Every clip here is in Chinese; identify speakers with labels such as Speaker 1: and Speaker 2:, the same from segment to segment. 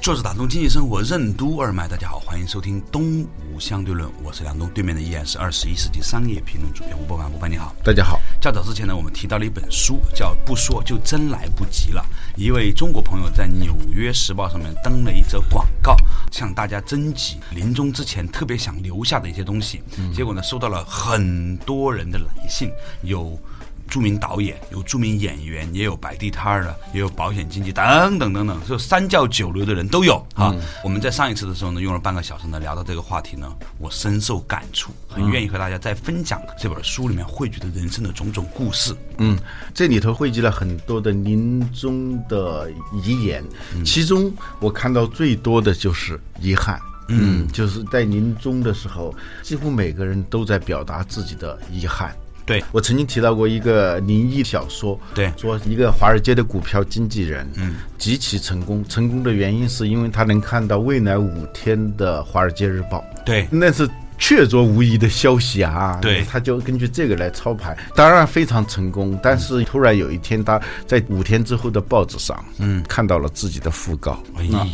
Speaker 1: 坐着打通经济生活任督二脉，大家好，欢迎收听《东吴相对论》，我是梁东，对面的依然是二十一世纪商业评论主编吴伯凡，吴伯凡你好。
Speaker 2: 大家好，
Speaker 1: 较早之前呢，我们提到了一本书，叫《不说就真来不及了》。一位中国朋友在《纽约时报》上面登了一则广告，向大家征集临终之前特别想留下的一些东西。结果呢，收到了很多人的来信，有。著名导演，有著名演员，也有摆地摊儿的，也有保险经纪等等等等，就三教九流的人都有啊。我们在上一次的时候呢，用了半个小时呢聊到这个话题呢，我深受感触，很愿意和大家再分享这本书里面汇聚的人生的种种故事。
Speaker 2: 嗯，这里头汇集了很多的临终的遗言，其中我看到最多的就是遗憾。嗯，就是在临终的时候，几乎每个人都在表达自己的遗憾。
Speaker 1: 对，
Speaker 2: 我曾经提到过一个灵异小说，
Speaker 1: 对
Speaker 2: 说一个华尔街的股票经纪人，嗯，极其成功。成功的原因是因为他能看到未来五天的《华尔街日报》，
Speaker 1: 对
Speaker 2: 那是确凿无疑的消息啊！
Speaker 1: 对
Speaker 2: 他就根据这个来操盘，当然非常成功。但是突然有一天，他在五天之后的报纸上，嗯，看到了自己的讣告。
Speaker 1: 哎呀，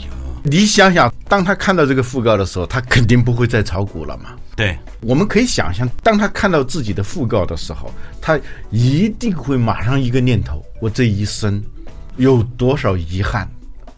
Speaker 2: 你想想，当他看到这个讣告的时候，他肯定不会再炒股了嘛。
Speaker 1: 对，
Speaker 2: 我们可以想象，当他看到自己的讣告的时候，他一定会马上一个念头：我这一生有多少遗憾，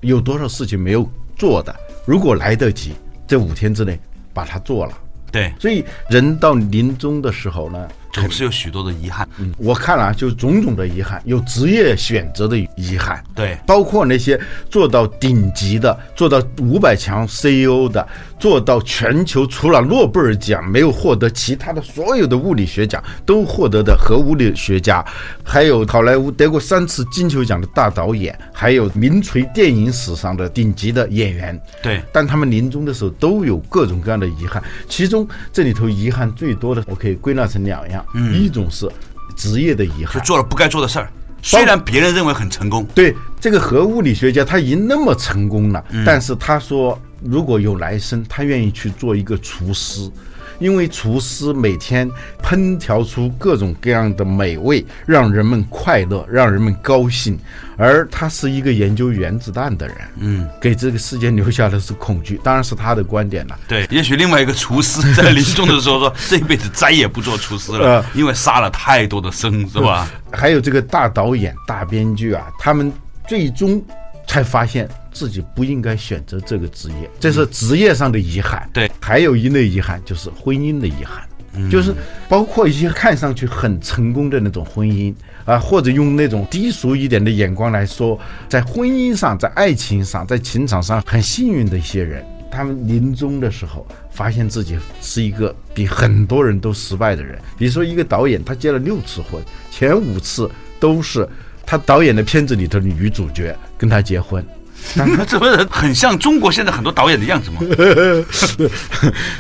Speaker 2: 有多少事情没有做的？如果来得及，这五天之内把它做了。
Speaker 1: 对，
Speaker 2: 所以人到临终的时候呢，
Speaker 1: 总是有许多的遗憾。
Speaker 2: 我看了、啊、就是种种的遗憾，有职业选择的遗憾，
Speaker 1: 对
Speaker 2: 包括那些做到顶级的，做到五百强 CEO 的，做到全球除了诺贝尔奖没有获得其他的所有的物理学奖都获得的核物理学家，还有好莱坞得过三次金球奖的大导演，还有名垂电影史上的顶级的演员，
Speaker 1: 对
Speaker 2: 但他们临终的时候都有各种各样的遗憾，其中这里头遗憾最多的，我可以归纳成两样，一种是职业的遗
Speaker 1: 就
Speaker 2: 憾。
Speaker 1: 做了不该做的事儿，虽然别人认为很成功，
Speaker 2: 对这个核物理学家，他已经那么成功了，但是他说，如果有来生，他愿意去做一个厨师，因为厨师每天烹调出各种各样的美味，让人们快乐，让人们高兴。而他是一个研究原子弹的人，嗯，给这个世界留下的是恐惧，当然是他的观点了。
Speaker 1: 对，也许另外一个厨师在临终的时候说， 这辈子再也不做厨师了
Speaker 2: 呃，
Speaker 1: 因为杀了太多的生，是吧？
Speaker 2: 还有这个大导演、大编剧啊，他们最终才发现自己不应该选择这个职业，这是职业上的遗憾。
Speaker 1: 对，
Speaker 2: 还有一类遗憾就是婚姻的遗憾。就是包括一些看上去很成功的那种婚姻啊，或者用那种低俗一点的眼光来说，在婚姻上、在爱情上、在情场上很幸运的一些人，他们临终的时候发现自己是一个比很多人都失败的人。比如说，一个导演他结了六次婚，前五次都是他导演的片子里头的女主角跟他结婚，
Speaker 1: 这不是很像中国现在很多导演的样子吗？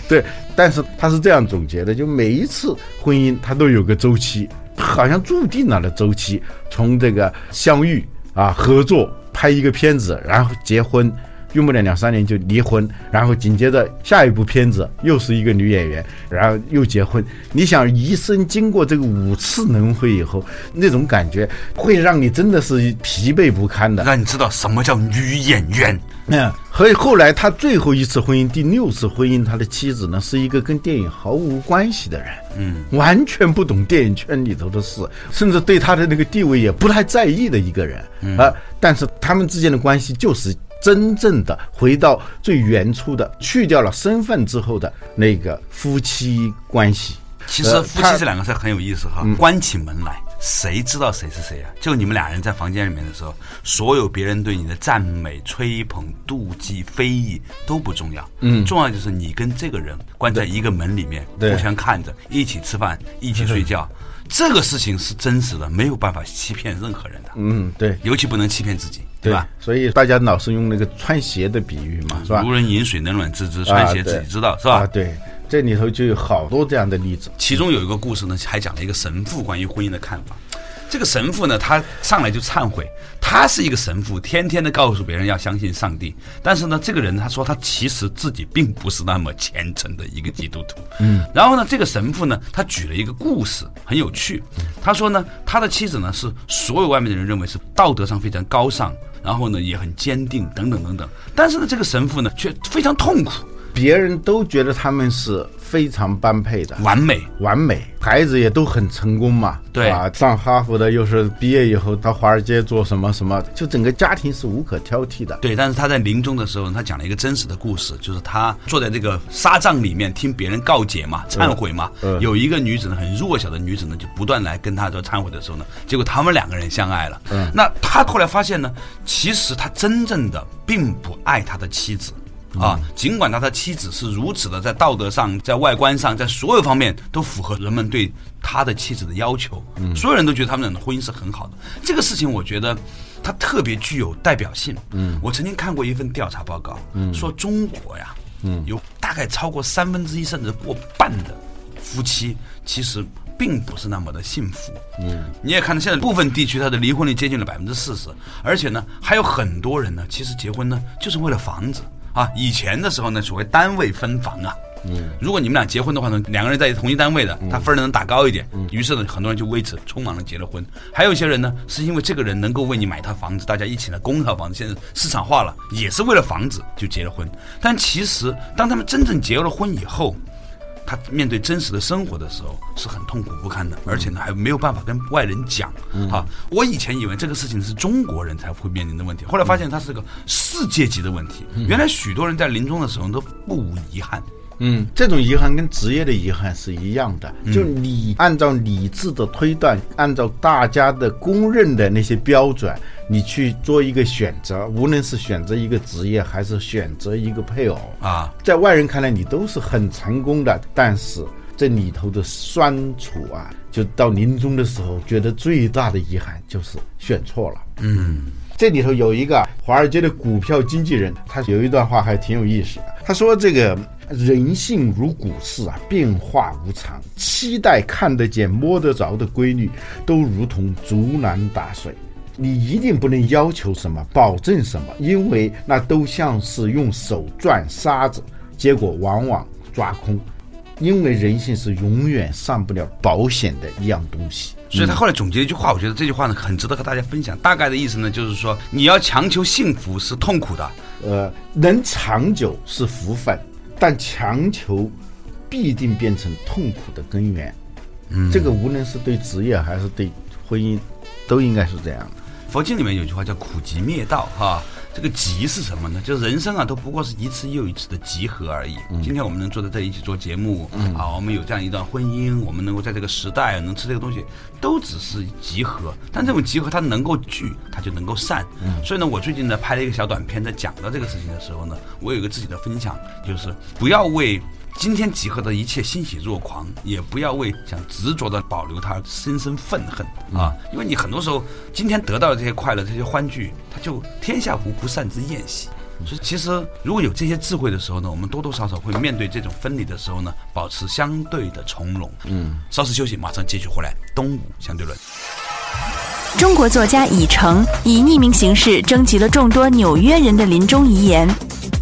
Speaker 2: 对，但是他是这样总结的：就每一次婚姻，它都有个周期，好像注定了的周期。从这个相遇啊，合作拍一个片子，然后结婚，用不了两三年就离婚，然后紧接着下一部片子又是一个女演员，然后又结婚。你想，一生经过这个五次轮回以后，那种感觉会让你真的是疲惫不堪的。
Speaker 1: 让你知道什么叫女演员。
Speaker 2: 嗯，所以后来他最后一次婚姻，第六次婚姻，他的妻子呢是一个跟电影毫无关系的人，嗯，完全不懂电影圈里头的事，甚至对他的那个地位也不太在意的一个人，嗯、啊，但是他们之间的关系就是真正的回到最原初的，去掉了身份之后的那个夫妻关系。
Speaker 1: 其实
Speaker 2: 呃
Speaker 1: 夫妻
Speaker 2: 他嗯
Speaker 1: 这两个字很有意思哈，关起门来，谁知道谁是谁啊？就你们俩人在房间里面的时候，所有别人对你的赞美、吹捧、妒忌、非议都不重要，嗯，重要就是你跟这个人关在一个门里面，
Speaker 2: 对
Speaker 1: 互相看着，一起吃饭，一起睡觉，这个事情是真实的，没有办法欺骗任何人的，
Speaker 2: 嗯，对
Speaker 1: 尤其不能欺骗自己，对吧？？
Speaker 2: 所以大家老是用那个穿鞋的比喻嘛，是吧？
Speaker 1: 如人饮水，冷暖自知。穿鞋
Speaker 2: 啊对
Speaker 1: 自己知道，是
Speaker 2: 啊，
Speaker 1: 吧？
Speaker 2: 对，这里头就有好多这样的例子。
Speaker 1: 其中有一个故事呢，还讲了一个神父关于婚姻的看法。这个神父呢，他上来就忏悔，他是一个神父，天天的告诉别人要相信上帝。但是呢，这个人他说他其实自己并不是那么虔诚的一个基督徒。嗯。然后呢，这个神父呢，他举了一个故事，很有趣。他说呢，他的妻子呢是所有外面的人认为是道德上非常高尚，然后呢也很坚定等等等等。但是呢，这个神父呢却非常痛苦，
Speaker 2: 别人都觉得他们是非常般配的，
Speaker 1: 完美。
Speaker 2: 完美，孩子也都很成功嘛，
Speaker 1: 对
Speaker 2: 啊，上哈佛的又是毕业以后到华尔街做什么什么，就整个家庭是无可挑剔的。
Speaker 1: 对，但是他在临终的时候呢，他讲了一个真实的故事，就是他坐在这个沙帐里面听别人告解嘛、忏悔嘛。
Speaker 2: 嗯
Speaker 1: 有一个女子呢，很弱小的女子呢，就不断来跟他做忏悔的时候呢，结果他们两个人相爱了。
Speaker 2: 嗯
Speaker 1: 那他后来发现呢，其实他真正的并不爱他的妻子。啊，尽管他的妻子是如此的，在道德上、在外观上、在所有方面都符合人们对他的妻子的要求，所有人都觉得他们俩的婚姻是很好的。这个事情，我觉得它特别具有代表性。嗯，我曾经看过一份调查报告，嗯，说中国呀，嗯，有大概超过三分之一甚至过半的夫妻其实并不是那么的幸福。嗯，你也看到现在部分地区它的离婚率接近了百分之四十，而且呢，还有很多人呢，其实结婚呢就是为了房子啊。以前的时候呢，所谓单位分房啊。嗯，如果你们俩结婚的话呢，两个人在同一单位的，他分儿能打高一点，于是呢，很多人就为此匆忙的结了婚。还有一些人呢，是因为这个人能够为你买套房子，大家一起来供一套房子，现在市场化了，也是为了房子就结了婚。但其实，当他们真正结了婚以后，他面对真实的生活的时候是很痛苦不堪的，而且呢还没有办法跟外人讲。哈，我以前以为这个事情是中国人才会面临的问题，后来发现它是个世界级的问题。原来许多人在临终的时候都不无遗憾。
Speaker 2: 嗯，这种遗憾跟职业的遗憾是一样的，
Speaker 1: 嗯
Speaker 2: 就你按照理智的推断，按照大家的公认的那些标准，你去做一个选择，无论是选择一个职业还是选择一个配偶
Speaker 1: 啊，
Speaker 2: 在外人看来你都是很成功的，但是这里头的酸楚啊，就到临终的时候，觉得最大的遗憾就是选错了。这里头有一个华尔街的股票经纪人，他有一段话还挺有意思的。他说：“这个人性如股市啊，变化无常，期待看得见、摸得着的规律，都如同竹篮打水。你一定不能要求什么，保证什么，因为那都像是用手攥沙子，结果往往抓空。因为人性是永远上不了保险的一样东西。”
Speaker 1: 所以他后来总结一句话，我觉得这句话呢很值得和大家分享。大概的意思呢，就是说你要强求幸福是痛苦的，
Speaker 2: 呃，能长久是福分，但强求必定变成痛苦的根源。嗯，这个无论是对职业还是对婚姻，都应该是这样的。
Speaker 1: 佛经里面有句话叫“苦集灭道”哈、这个集是什么呢？就是人生啊，都不过是一次又一次的集合而已。今天我们能坐在这一起做节目、啊，我们有这样一段婚姻，我们能够在这个时代能吃这个东西，都只是集合。但这种集合它能够聚，它就能够散。所以呢，我最近呢拍了一个小短片，在讲到这个事情的时候呢，我有一个自己的分享，就是不要为。今天集合的一切欣喜若狂，也不要为想执着的保留它而深深愤恨啊！因为你很多时候今天得到的这些快乐、这些欢聚，它就天下无不散之宴席。所以其实如果有这些智慧的时候呢，我们多多少少会面对这种分离的时候呢，保持相对的从容。嗯，稍事休息，马上继续回来。东吴相对论。
Speaker 3: 中国作家以诚以匿名形式征集了众多纽约人的临终遗言。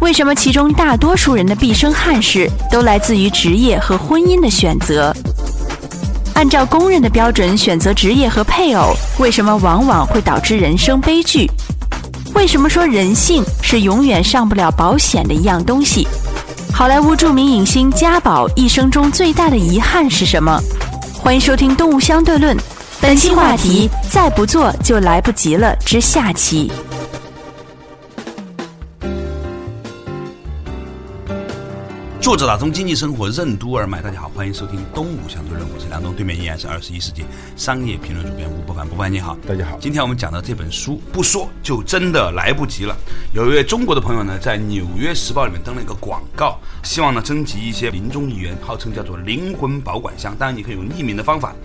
Speaker 3: 为什么其中大多数人的毕生憾事都来自于职业和婚姻的选择？按照公认的标准选择职业和配偶，为什么往往会导致人生悲剧？为什么说人性是永远上不了保险的一样东西？好莱坞著名影星嘉宝一生中最大的遗憾是什么？欢迎收听《动物相对论》，本期话题“再不做就来不及了”之下期。
Speaker 1: 作者打通经济生活任督二脉，大家好，欢迎收听《东吴相对论》，我是梁东，对面依然是二十一世纪商业评论主编吴伯凡，伯凡你好，
Speaker 4: 大家好
Speaker 1: 今天我们讲的这本书，不说就真的来不及了。有一位中国的朋友呢，在《纽约时报》里面登了一个广告，希望呢征集一些临终遗言，号称叫做“灵魂保管箱”，当然你可以用匿名的方法。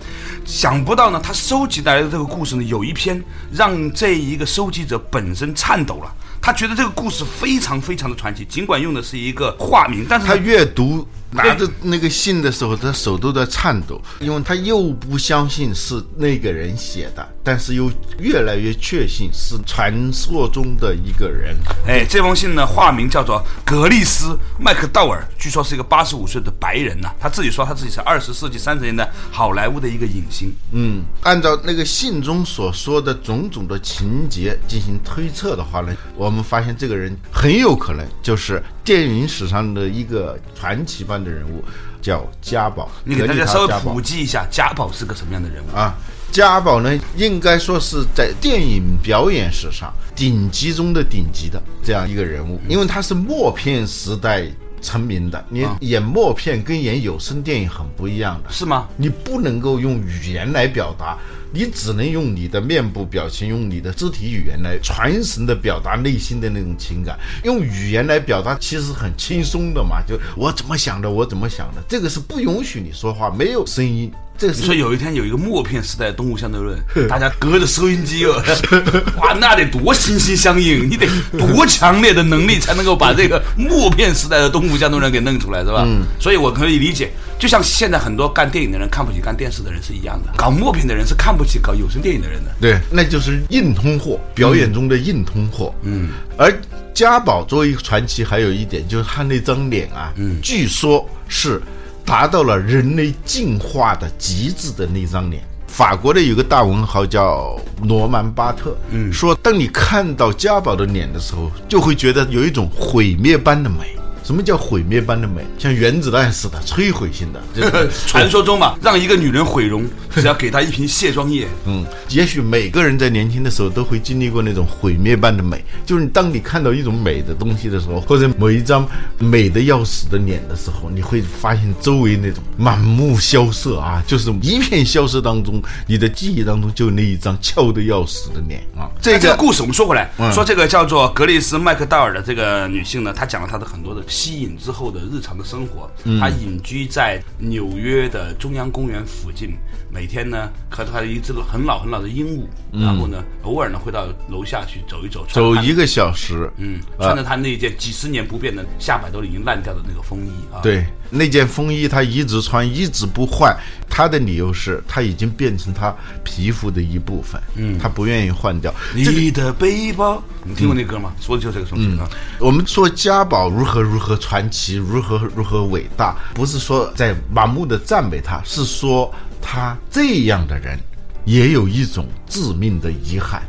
Speaker 1: 想不到呢，他收集来的这个故事呢，有一篇让这一个收集者本身颤抖了。他觉得这个故事非常非常的传奇，尽管用的是一个化名，但是
Speaker 2: 他
Speaker 1: 呢
Speaker 2: 阅读拿着那个信的时候，他手都在颤抖，因为他又不相信是那个人写的，但是又越来越确信是传说中的一个人。
Speaker 1: 哎，这封信呢，化名叫做格丽斯·麦克道尔，据说是一个八十五岁的白人呐、他自己说他自己是二十世纪三十年代好莱坞的一个影星。
Speaker 2: 嗯，按照那个信中所说的种种的情节进行推测的话呢，我们发现这个人很有可能就是电影史上的一个传奇般的人物，叫家宝。
Speaker 1: 你给
Speaker 2: 格
Speaker 1: 大
Speaker 2: 丽
Speaker 1: 家
Speaker 2: 塔
Speaker 1: 稍微
Speaker 2: 家宝
Speaker 1: 普及一下，家宝是个什么样的人物？
Speaker 2: 啊，家宝呢，应该说是在电影表演史上顶级中的顶级的这样一个人
Speaker 1: 嗯
Speaker 2: 物，因为他是默片时代成名的。你
Speaker 1: 啊
Speaker 2: 演默片跟演有声电影很不一样的，
Speaker 1: 是吗？
Speaker 2: 你不能够用语言来表达，你只能用你的面部表情，用你的肢体语言来传神的表达内心的那种情感。用语言来表达其实很轻松的嘛，就我怎么想的，我怎么想的，这个是不允许你说话，没有声音。这
Speaker 1: 你
Speaker 2: 是
Speaker 1: 说有一天有一个默片时代的《东吴相对论》，大家隔着收音机哦， 哇，那得多心心相印，你得多强烈的能力才能够把这个默片时代的《东吴相对论》给弄出来，是吧？嗯。所以我可以理解，就像现在很多干电影的人看不起干电视的人是一样的，搞默片的人是看不起搞有声电影的人的。
Speaker 2: 对，那就是硬通货，表演中的硬通货。嗯，而家宝作为一个传奇，还有一点就是他那张脸啊，嗯，据说是达到了人类进化的极致的那张脸。法国的有个大文豪叫罗曼·巴特，嗯，说当你看到家宝的脸的时候，就会觉得有一种毁灭般的美。什么叫毁灭般的美？像原子弹似的，摧毁性的，这个
Speaker 1: 传说中嘛，让一个女人毁容，只要给她一瓶卸妆液。
Speaker 2: 嗯，也许每个人在年轻的时候都会经历过那种毁灭般的美，就是当你看到一种美的东西的时候，或者某一张美的要死的脸的时候，你会发现周围那种满目萧瑟啊，就是一片萧瑟当中，你的记忆当中就那一张翘的要死的脸啊。
Speaker 1: 哎这
Speaker 2: 这
Speaker 1: 个
Speaker 2: 个嗯
Speaker 1: 故事我们说回来，说这个叫做格丽斯·麦克道尔的这个女性呢，她讲了她的很多的吸引之后的日常的生活。
Speaker 2: 嗯
Speaker 1: 她隐居在纽约的中央公园附近，每天呢和她的一只很老很老的鹦鹉，然后呢偶尔呢会到楼下去走一走，穿
Speaker 2: 嗯走
Speaker 1: 她
Speaker 2: 一啊个小时，
Speaker 1: 嗯，穿着她那件几十年不变的下摆都已经烂掉的那个风衣啊。。
Speaker 2: 对，那件风衣他一直穿，一直不换。他的理由是，他已经变成他皮肤的一部分，嗯，他不愿意换掉。
Speaker 1: 你的背包，你听过那歌吗？
Speaker 2: 嗯
Speaker 1: 说的就是这个东西啊。
Speaker 2: 我们说家宝如何如何传奇，如何如何伟大，不是说在盲目的赞美他，是说他这样的人也有一种致命的遗憾。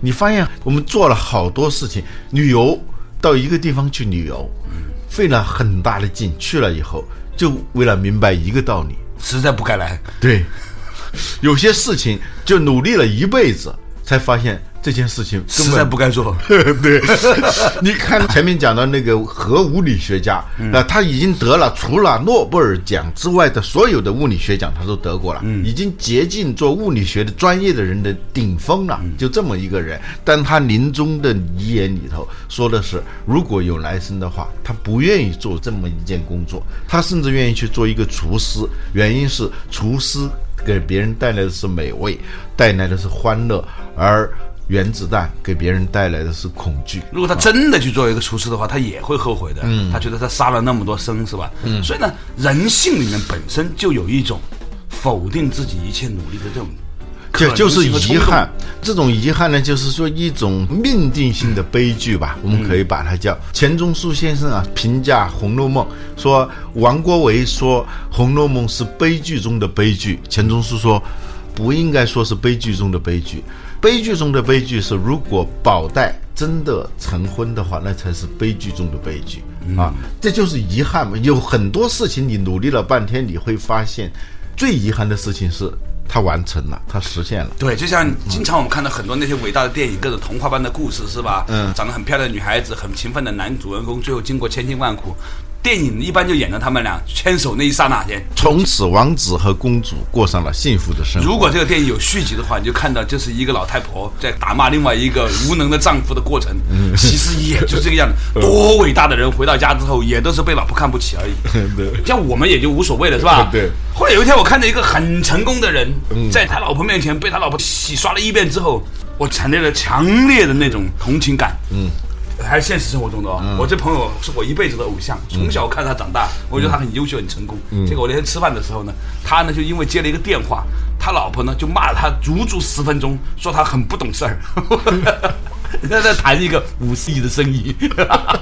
Speaker 2: 你发现我们做了好多事情，旅游到一个地方去旅游，费了很大的劲，去了以后就为了明白一个道理，
Speaker 1: 实在不该来，
Speaker 2: 对， 有些事情就努力了一辈子，才发现这件事情根
Speaker 1: 实
Speaker 2: 本
Speaker 1: 在不该做。
Speaker 2: 对，你看前面讲到那个核物理学家，呃，他已经得了除了诺贝尔奖之外的所有的物理学奖，他都得过了，已经接近做物理学的专业的人的顶峰了，就这么一个人。但他临终的遗言里头说的是，如果有来生的话，他不愿意做这么一件工作，他甚至愿意去做一个厨师，原因是厨师给别人带来的是美味，带来的是欢乐，而。原子弹给别人带来的是恐惧。
Speaker 1: 如果他真的去做一个厨师的话，他也会后悔的。嗯，他觉得他杀了那么多生，是吧？嗯，所以呢，人性里面本身就有一种否定自己一切努力的这种可
Speaker 2: 就
Speaker 1: 能性
Speaker 2: 就是
Speaker 1: 和
Speaker 2: 遗
Speaker 1: 冲动
Speaker 2: 憾。，这种遗憾呢，就是说一种命定性的悲剧吧，我们可以把它叫。钱钟书先生啊，评价《红楼梦》说，王国维说《红楼梦》是悲剧中的悲剧，钱钟书说，不应该说是悲剧中的悲剧，悲剧中的悲剧是如果宝黛真的成婚的话，那才是悲剧中的悲剧啊！这就是遗憾嘛。有很多事情你努力了半天，你会发现，最遗憾的事情是它完成了，它实现了。
Speaker 1: 对，就像经常我们看到很多那些伟大的电影，各种童话般的故事，是吧？嗯，长得很漂亮的女孩子，很勤奋的男主人公，最后经过千辛万苦。电影一般就演到他们俩牵手那一刹那间。
Speaker 2: 从此，王子和公主过上了幸福的生活。
Speaker 1: 如果这个电影有续集的话，你就看到这是一个老太婆在打骂另外一个无能的丈夫的过程，
Speaker 2: 嗯
Speaker 1: 其实也就是这个 样子。多伟大的人回到家之后，也都是被老婆看不起而已。
Speaker 2: 对
Speaker 1: 像我们也就无所谓了，是吧？
Speaker 2: 对。
Speaker 1: 后来有一天，我看见一个很成功的人，在他老婆面前被他老婆洗刷了一遍之后，我产生了强烈的那种同情感。嗯。还是现实生活中的哦，我这朋友是我一辈子的偶像，从小看他长大，我觉得他很优秀、很成功。结果我那天吃饭的时候呢，他呢就因为接了一个电话，他老婆呢就骂了他足足十分钟，说他很不懂事儿， 他在谈一个五十亿的生意。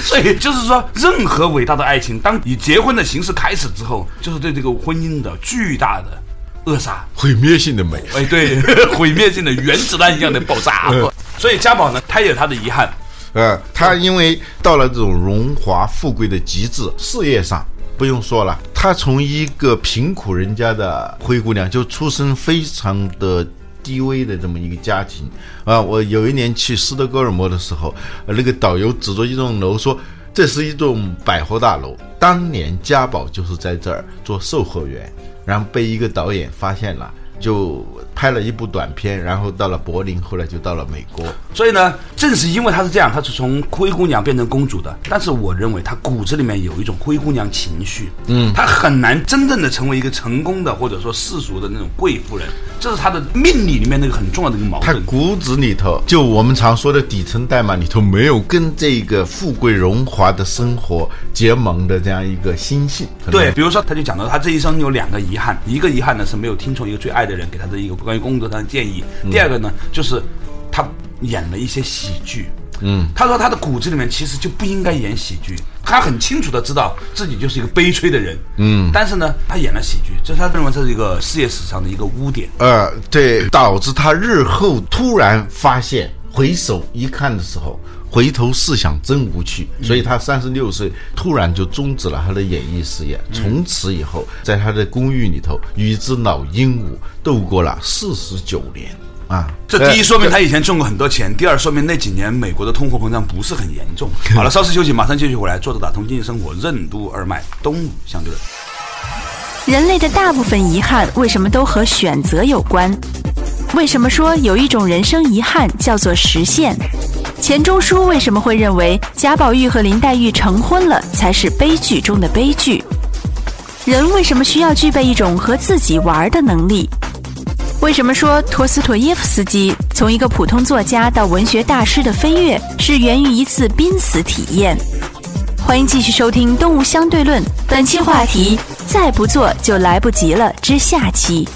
Speaker 1: 所以就是说，任何伟大的爱情，当以结婚的形式开始之后，就是对这个婚姻的巨大的扼杀。
Speaker 2: 毁灭性的美，
Speaker 1: 哎，对， 毁灭性的原子弹一样的爆炸。啊所以家宝呢，他也有他的遗憾。
Speaker 2: 呃，他因为到了这种荣华富贵的极致，事业上不用说了，他从一个贫苦人家的灰姑娘，就出身非常的。低微的这么一个家庭啊，我有一年去斯德哥尔摩的时候，呃那个导游指着一栋楼说：“这是一栋百货大楼，当年家宝就是在这儿做售货员，然后被一个导演发现了，就拍了一部短片，然后到了柏林，后来就到了美国。
Speaker 1: 所以呢，正是因为他是这样，他是从灰姑娘变成公主的。但是我认为他骨子里面有一种灰姑娘情绪，嗯，他很难真正的成为一个成功的或者说世俗的那种贵妇人，这是他的命理里面那个很重要的一个矛
Speaker 2: 他
Speaker 1: 盾。
Speaker 2: 骨子里头，就我们常说的底层代码里头，没有跟这个富贵荣华的生活结盟的这样一个心性。可能
Speaker 1: 对，，比如说，他就讲到他这一生有两个遗憾，一个遗憾呢是没有听从一个最爱的人给他的一个关于工作上的建议，第二个呢就是他演了一些喜剧。嗯，他说他的骨子里面其实就不应该演喜剧，他很清楚的知道自己就是一个悲催的人。嗯，但是呢，他演了喜剧，这是他认为这是一个事业史上的一个污点。
Speaker 2: 呃，对，导致他日后突然发现，回首一看的时候，回头试想真无趣。所以他三十六岁突然就终止了他的演艺事业，从此以后，在他的公寓里头与一只老鹦鹉斗过了四十九年啊。
Speaker 1: 这第一说明他以前挣过很多钱，第二说明那几年美国的通货膨胀不是很严重。好了，稍事休息，马上继续回来。坐着打通经济生活，任督二脉，东吴相对论。
Speaker 3: 人类的大部分遗憾为什么都和选择有关？为什么说有一种人生遗憾叫做实现？钱钟书为什么会认为贾宝玉和林黛玉成婚了才是悲剧中的悲剧？人为什么需要具备一种和自己玩的能力？为什么说陀思妥耶夫斯基从一个普通作家到文学大师的飞跃是源于一次濒死体验？欢迎继续收听《东吴相对论》，本期话题“再不做就来不及了”之下期。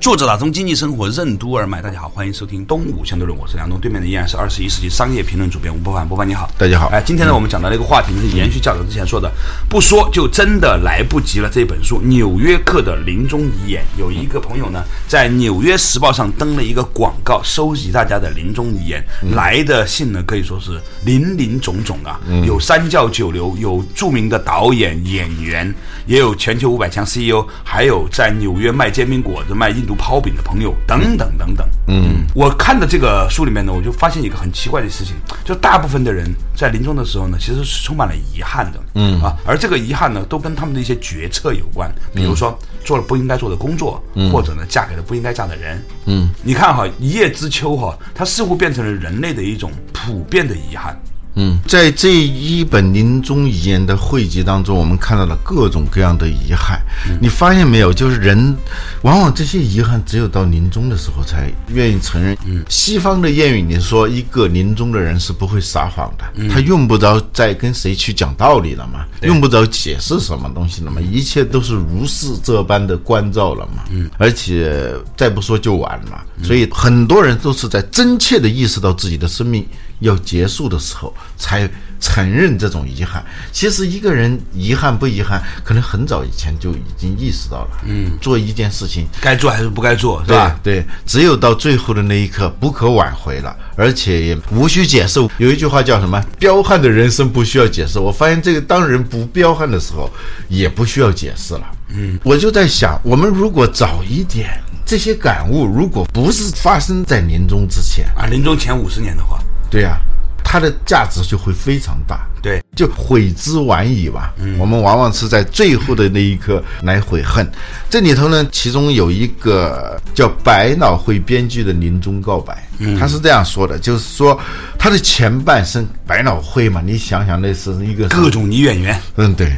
Speaker 1: 作者打通经济生活任督二脉，大家好，欢迎收听《东吴相对论》，我是梁东，对面的依然是二十一世纪商业评论主编吴伯凡，伯凡你好，
Speaker 2: 大家好嗯
Speaker 1: 哎，今天呢，我们讲到了一个话题，呢，是延续教授之前说的，不说就真的来不及了。这本书《纽约客的临终遗言》，有一个朋友呢，在《纽约时报》上登了一个广告，收集大家的临终遗言，
Speaker 2: 嗯
Speaker 1: 来的信呢可以说是林林总总啊，
Speaker 2: 嗯
Speaker 1: 有三教九流，有著名的导演、演员，也有全球五百强 CEO，还有在纽约卖煎饼果子、卖印度泡饼的朋友，等等等等。嗯，我看的这个书里面呢，我就发现一个很奇怪的事情，就大部分的人在临终的时候呢，其实是充满了遗憾的。嗯啊，而这个遗憾呢，都跟他们的一些决策有关，比如说做了不应该做的工作，或者呢嫁给了不应该嫁的人。嗯，你看哈，一叶知秋哈，它似乎变成了人类的一种普遍的遗憾。
Speaker 2: 嗯，在这一本临终遗言的汇集当中，我们看到了各种各样的遗憾。你发现没有？就是人，往往这些遗憾只有到临终的时候才愿意承认。嗯，西方的谚语里说，一个临终的人是不会撒谎的，他用不着再跟谁去讲道理了嘛，用不着解释什么东西了嘛，一切都是如是这般的关照了嘛。嗯，而且再不说就晚了。所以很多人都是在真切的意识到自己的生命。要结束的时候才承认这种遗憾。其实一个人遗憾不遗憾，可能很早以前就已经意识到了。嗯，做一件事情，
Speaker 1: 该做还是不该做，是
Speaker 2: 对
Speaker 1: 吧？
Speaker 2: 对，只有到最后的那一刻不可挽回了，而且也无需解释。有一句话叫什么？彪悍的人生不需要解释。我发现这个当人不彪悍的时候，也不需要解释了。嗯，我就在想，我们如果早一点，这些感悟如果不是发生在临终之前，
Speaker 1: 啊，临终前五十年的话，
Speaker 2: 对呀、它的价值就会非常大。
Speaker 1: 对，
Speaker 2: 就悔之晚矣吧。我们往往是在最后的那一刻来悔恨。这里头呢，其中有一个叫百老汇编剧的临终告白，他是这样说的，就是说他的前半生百老汇嘛，你想想那是一个
Speaker 1: 各种女演员，
Speaker 2: 嗯，对，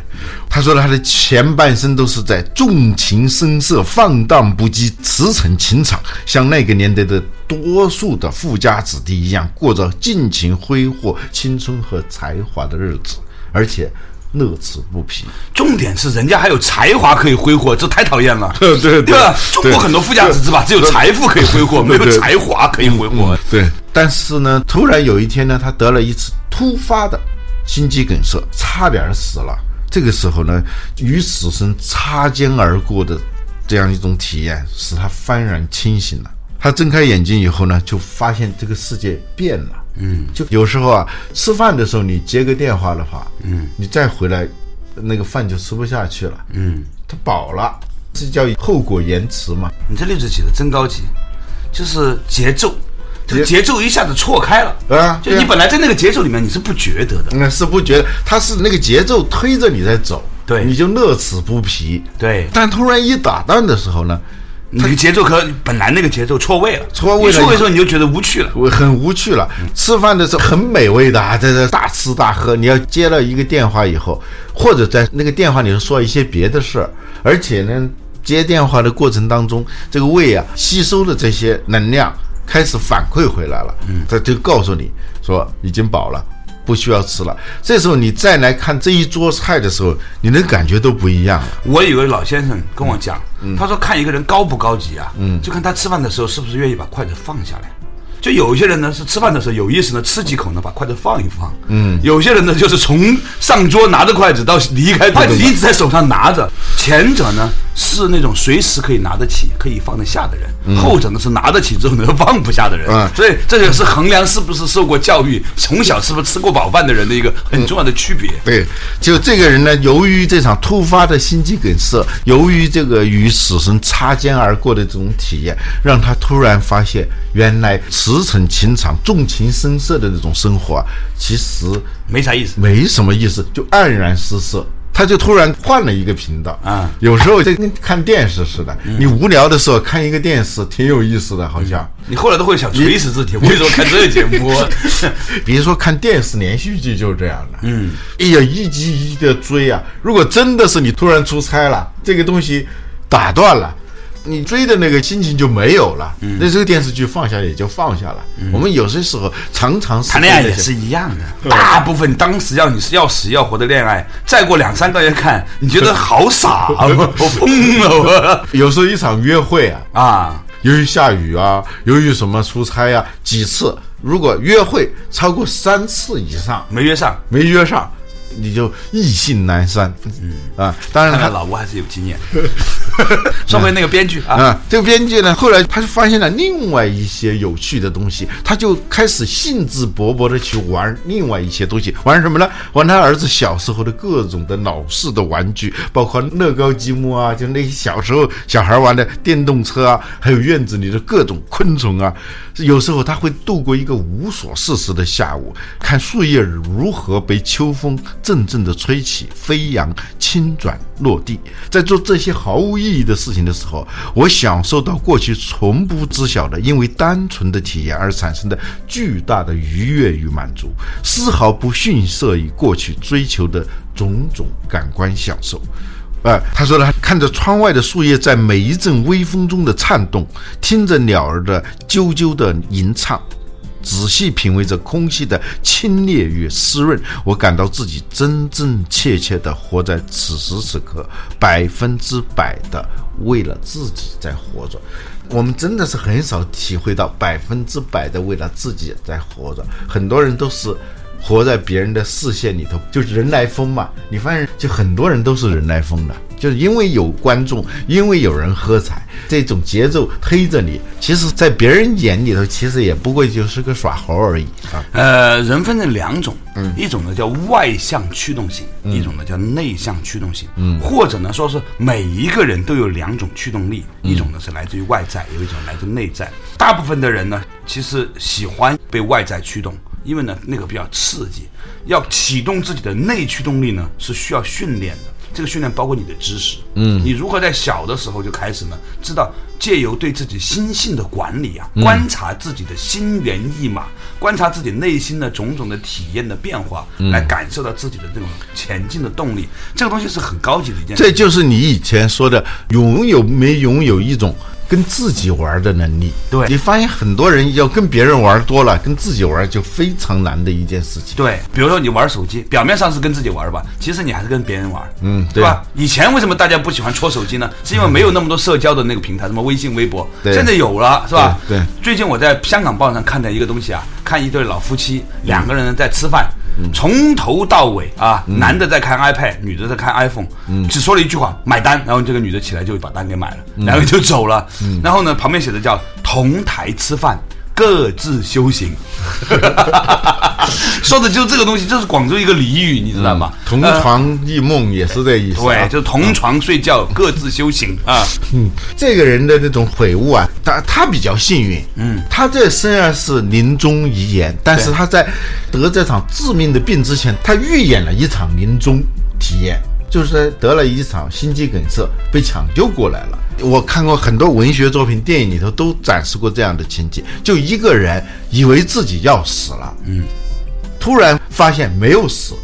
Speaker 2: 他说他的前半生都是在纵情声色、放荡不羁、驰骋情场，像那个年代的多数的富家子弟一样，过着尽情挥霍青春和才华的日子，而且乐此不疲。
Speaker 1: 重点是人家还有才华可以挥霍，这太讨厌了。
Speaker 2: 对对
Speaker 1: 对吧？中国很多富家子弟吧，只有财富可以挥霍，没
Speaker 2: 对嗯
Speaker 1: 有
Speaker 2: 对
Speaker 1: 才华可以挥霍。
Speaker 2: 对，但是呢，突然有一天呢，他得了一次突发的心肌梗塞，差点儿死了。这个时候呢，与死神擦肩而过的这样一种体验，使他幡然清醒了。他睁开眼睛以后呢，就发现这个世界变了。嗯，就有时候啊，吃饭的时候你接个电话的话，嗯，你再回来，那个饭就吃不下去了。嗯，他饱了，这叫后果延迟嘛。
Speaker 1: 你这例子写的真高级，就是节奏，这个节奏一下子错开了。
Speaker 2: 啊
Speaker 1: 就
Speaker 2: 对啊
Speaker 1: 你本来在那个节奏里面你是不觉得的，
Speaker 2: 那是不觉得他是那个节奏推着你在走，
Speaker 1: 对
Speaker 2: 你就乐此不疲。
Speaker 1: 对
Speaker 2: 但突然一打断的时候呢，
Speaker 1: 你的节奏可本来那个节奏错位了，
Speaker 2: 错位了
Speaker 1: 一错位的时候你就觉得无趣了。
Speaker 2: 我很无趣了。吃饭的时候很美味的啊，在这大吃大喝。你要接了一个电话以后，或者在那个电话里头说一些别的事儿，而且呢，接电话的过程当中，这个胃啊吸收的这些能量开始反馈回来了，嗯，它就告诉你说已经饱了。不需要吃了。这时候你再来看这一桌菜的时候，你的感觉都不一样了。
Speaker 1: 我有个老先生跟我讲，他说看一个人高不高级啊，就看他吃饭的时候是不是愿意把筷子放下来。就有一些人呢是吃饭的时候有意识呢吃几口呢，把筷子放一放。嗯，有些人呢就是从上桌拿着筷子到离开，筷子一直在手上拿着。前者呢是那种随时可以拿得起、可以放得下的人，后者呢是拿得起之后呢放不下的人。
Speaker 2: 嗯
Speaker 1: 所以这个是衡量是不是受过教育、从小是不是吃过饱饭的人的一个很重要的区别。
Speaker 2: 对，就这个人呢，由于这场突发的心肌梗塞，由于这个与死神擦肩而过的这种体验，让他突然发现，原来驰骋情场、纵情声色的那种生活啊，其实
Speaker 1: 没啥意思。
Speaker 2: 没什么意思，就黯然失色。他就突然换了一个频道
Speaker 1: 啊
Speaker 2: 有时候就跟看电视似的，你无聊的时候看一个电视，挺有意思的，好像。
Speaker 1: 你后来都会想锤死自己， 为什么看这个节目？
Speaker 2: 比如说看电视连续剧就是这样的，嗯，哎呀，一集一集的追啊。如果真的是你突然出差了，这个东西打断了。你追的那个心情就没有了，
Speaker 1: 嗯
Speaker 2: 那这个电视剧放下也就放下了。我们有些时候常常是
Speaker 1: 谈恋爱
Speaker 2: 被
Speaker 1: 也
Speaker 2: 那些
Speaker 1: 是一样的，大部分当时要你是要死要活的恋爱，再过两三个月看，你觉得好傻，啊 我我疯了
Speaker 2: 有时候一场约会啊，
Speaker 1: 我啊！
Speaker 2: 由于下雨啊，由于什么出差啊，几次如果约会超过三次以上
Speaker 1: 没约上，
Speaker 2: 没约上，你就意兴阑珊。嗯啊，当然
Speaker 1: 看
Speaker 2: 他
Speaker 1: 来老吴还是有经 验。说回那个编剧啊，
Speaker 2: 啊，这个编剧呢，后来他就发现了另外一些有趣的东西，他就开始兴致勃勃的去玩另外一些东西，玩什么呢？玩他儿子小时候的各种的老式的玩具，包括乐高积木啊，就那些小时候小孩玩的电动车啊，还有院子里的各种昆虫啊。有时候他会度过一个无所事事的下午，看树叶如何被秋风阵阵的吹起，飞扬、轻转落地。在做这些毫无意义的事情的时候，我享受到过去从不知晓的，因为单纯的体验而产生的巨大的愉悦与满足，丝毫不逊色于过去追求的种种感官享受。呃，他说他看着窗外的树叶在每一阵微风中的颤动，听着鸟儿的啾啾的吟唱，仔细品味着空气的清冽与湿润，我感到自己真真切切地活在此时此刻，百分之百的为了自己在活着。我们真的是很少体会到百分之百的为了自己在活着，很多人都是。活在别人的视线里头，就是人来疯嘛。你发现，就很多人都是人来疯的，就是因为有观众，因为有人喝彩，这种节奏推着你。其实，在别人眼里头，其实也不过就是个耍猴而已啊。
Speaker 1: 呃，人分成两种，一种呢叫外向驱动型，一种呢叫内向驱动型，或者呢说是每一个人都有两种驱动力，一种呢是来自于外在，有一种来自内在。大部分的人呢，其实喜欢被外在驱动，因为呢那个比较刺激。要启动自己的内驱动力呢，是需要训练的。这个训练包括你的知识，嗯，你如何在小的时候就开始呢？知道借由对自己心性的管理啊，观察自己的心猿意马，观察自己内心的种种的体验的变化，来感受到自己的这种前进的动力。这个东西是很高级的一件事。
Speaker 2: 这就是你以前说的，拥有没拥有一种跟自己玩的能力。
Speaker 1: 对
Speaker 2: 你发现很多人要跟别人玩多了，跟自己玩就非常难的一件事情。
Speaker 1: 对，比如说你玩手机，表面上是跟自己玩吧，其实你还是跟别人玩，
Speaker 2: 嗯
Speaker 1: 对
Speaker 2: 对
Speaker 1: 吧？以前为什么大家不喜欢戳手机呢？是因为没有那么多社交的那个平台，什么微信、微博，
Speaker 2: 对
Speaker 1: 现在有了，是吧？
Speaker 2: 对对
Speaker 1: 最近我在香港报上看到一个东西啊，看一对老夫妻，
Speaker 2: 嗯
Speaker 1: 两个人呢在吃饭。从头到尾啊，
Speaker 2: 嗯
Speaker 1: 男的在看 iPad，女的在看 iPhone，只说了一句话“买单”，然后这个女的起来就把单给买了，
Speaker 2: 嗯
Speaker 1: 然后就走了。然后呢，旁边写的叫“同台吃饭，各自修行”， 说的就是这个东西，这是广州一个俚语，你知道吗？
Speaker 2: 同
Speaker 1: 呃
Speaker 2: 床异梦也是这意思、啊。
Speaker 1: 对，就是同床睡觉，各自修行啊。
Speaker 2: 嗯，这个人的那种悔悟啊，他他比较幸运，嗯，他这虽然是临终遗言，但是
Speaker 1: 对
Speaker 2: 他在得这场致命的病之前，他预演了一场临终体验，就是得了一场心肌梗塞，被抢救过来了。我看过很多文学作品、电影里头都展示过这样的情节，就一个人以为自己要死了，突然发现没有死，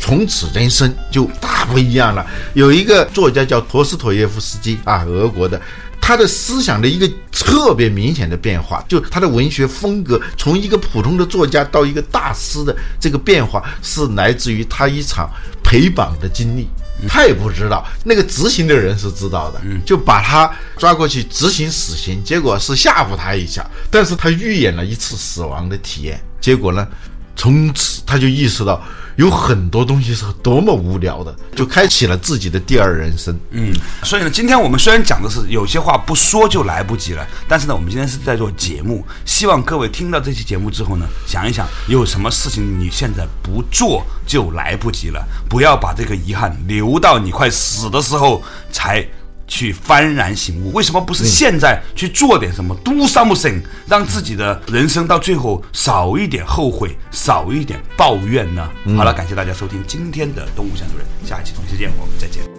Speaker 2: 从此人生就大不一样了。有一个作家叫陀思妥耶夫斯基啊，俄国的。他的思想的一个特别明显的变化，就他的文学风格从一个普通的作家到一个大师的这个变化，是来自于他一场陪绑的经历。他也不知道，那个执行的人是知道的，就把他抓过去执行死刑，结果是吓唬他一下，但是他预演了一次死亡的体验，结果呢，从此他就意识到有很多东西是多么无聊的，就开启了自己的第二人生。
Speaker 1: 嗯，所以呢，今天我们虽然讲的是有些话不说就来不及了，但是呢，我们今天是在做节目，希望各位听到这期节目之后呢，想一想有什么事情你现在不做就来不及了，不要把这个遗憾留到你快死的时候才。去幡然醒悟，为什么不是现在去做点什么、d o something，让自己的人生到最后少一点后悔，少一点抱怨呢？好了，感谢大家收听今天的《动物相主人》，下期同一时间我们再见。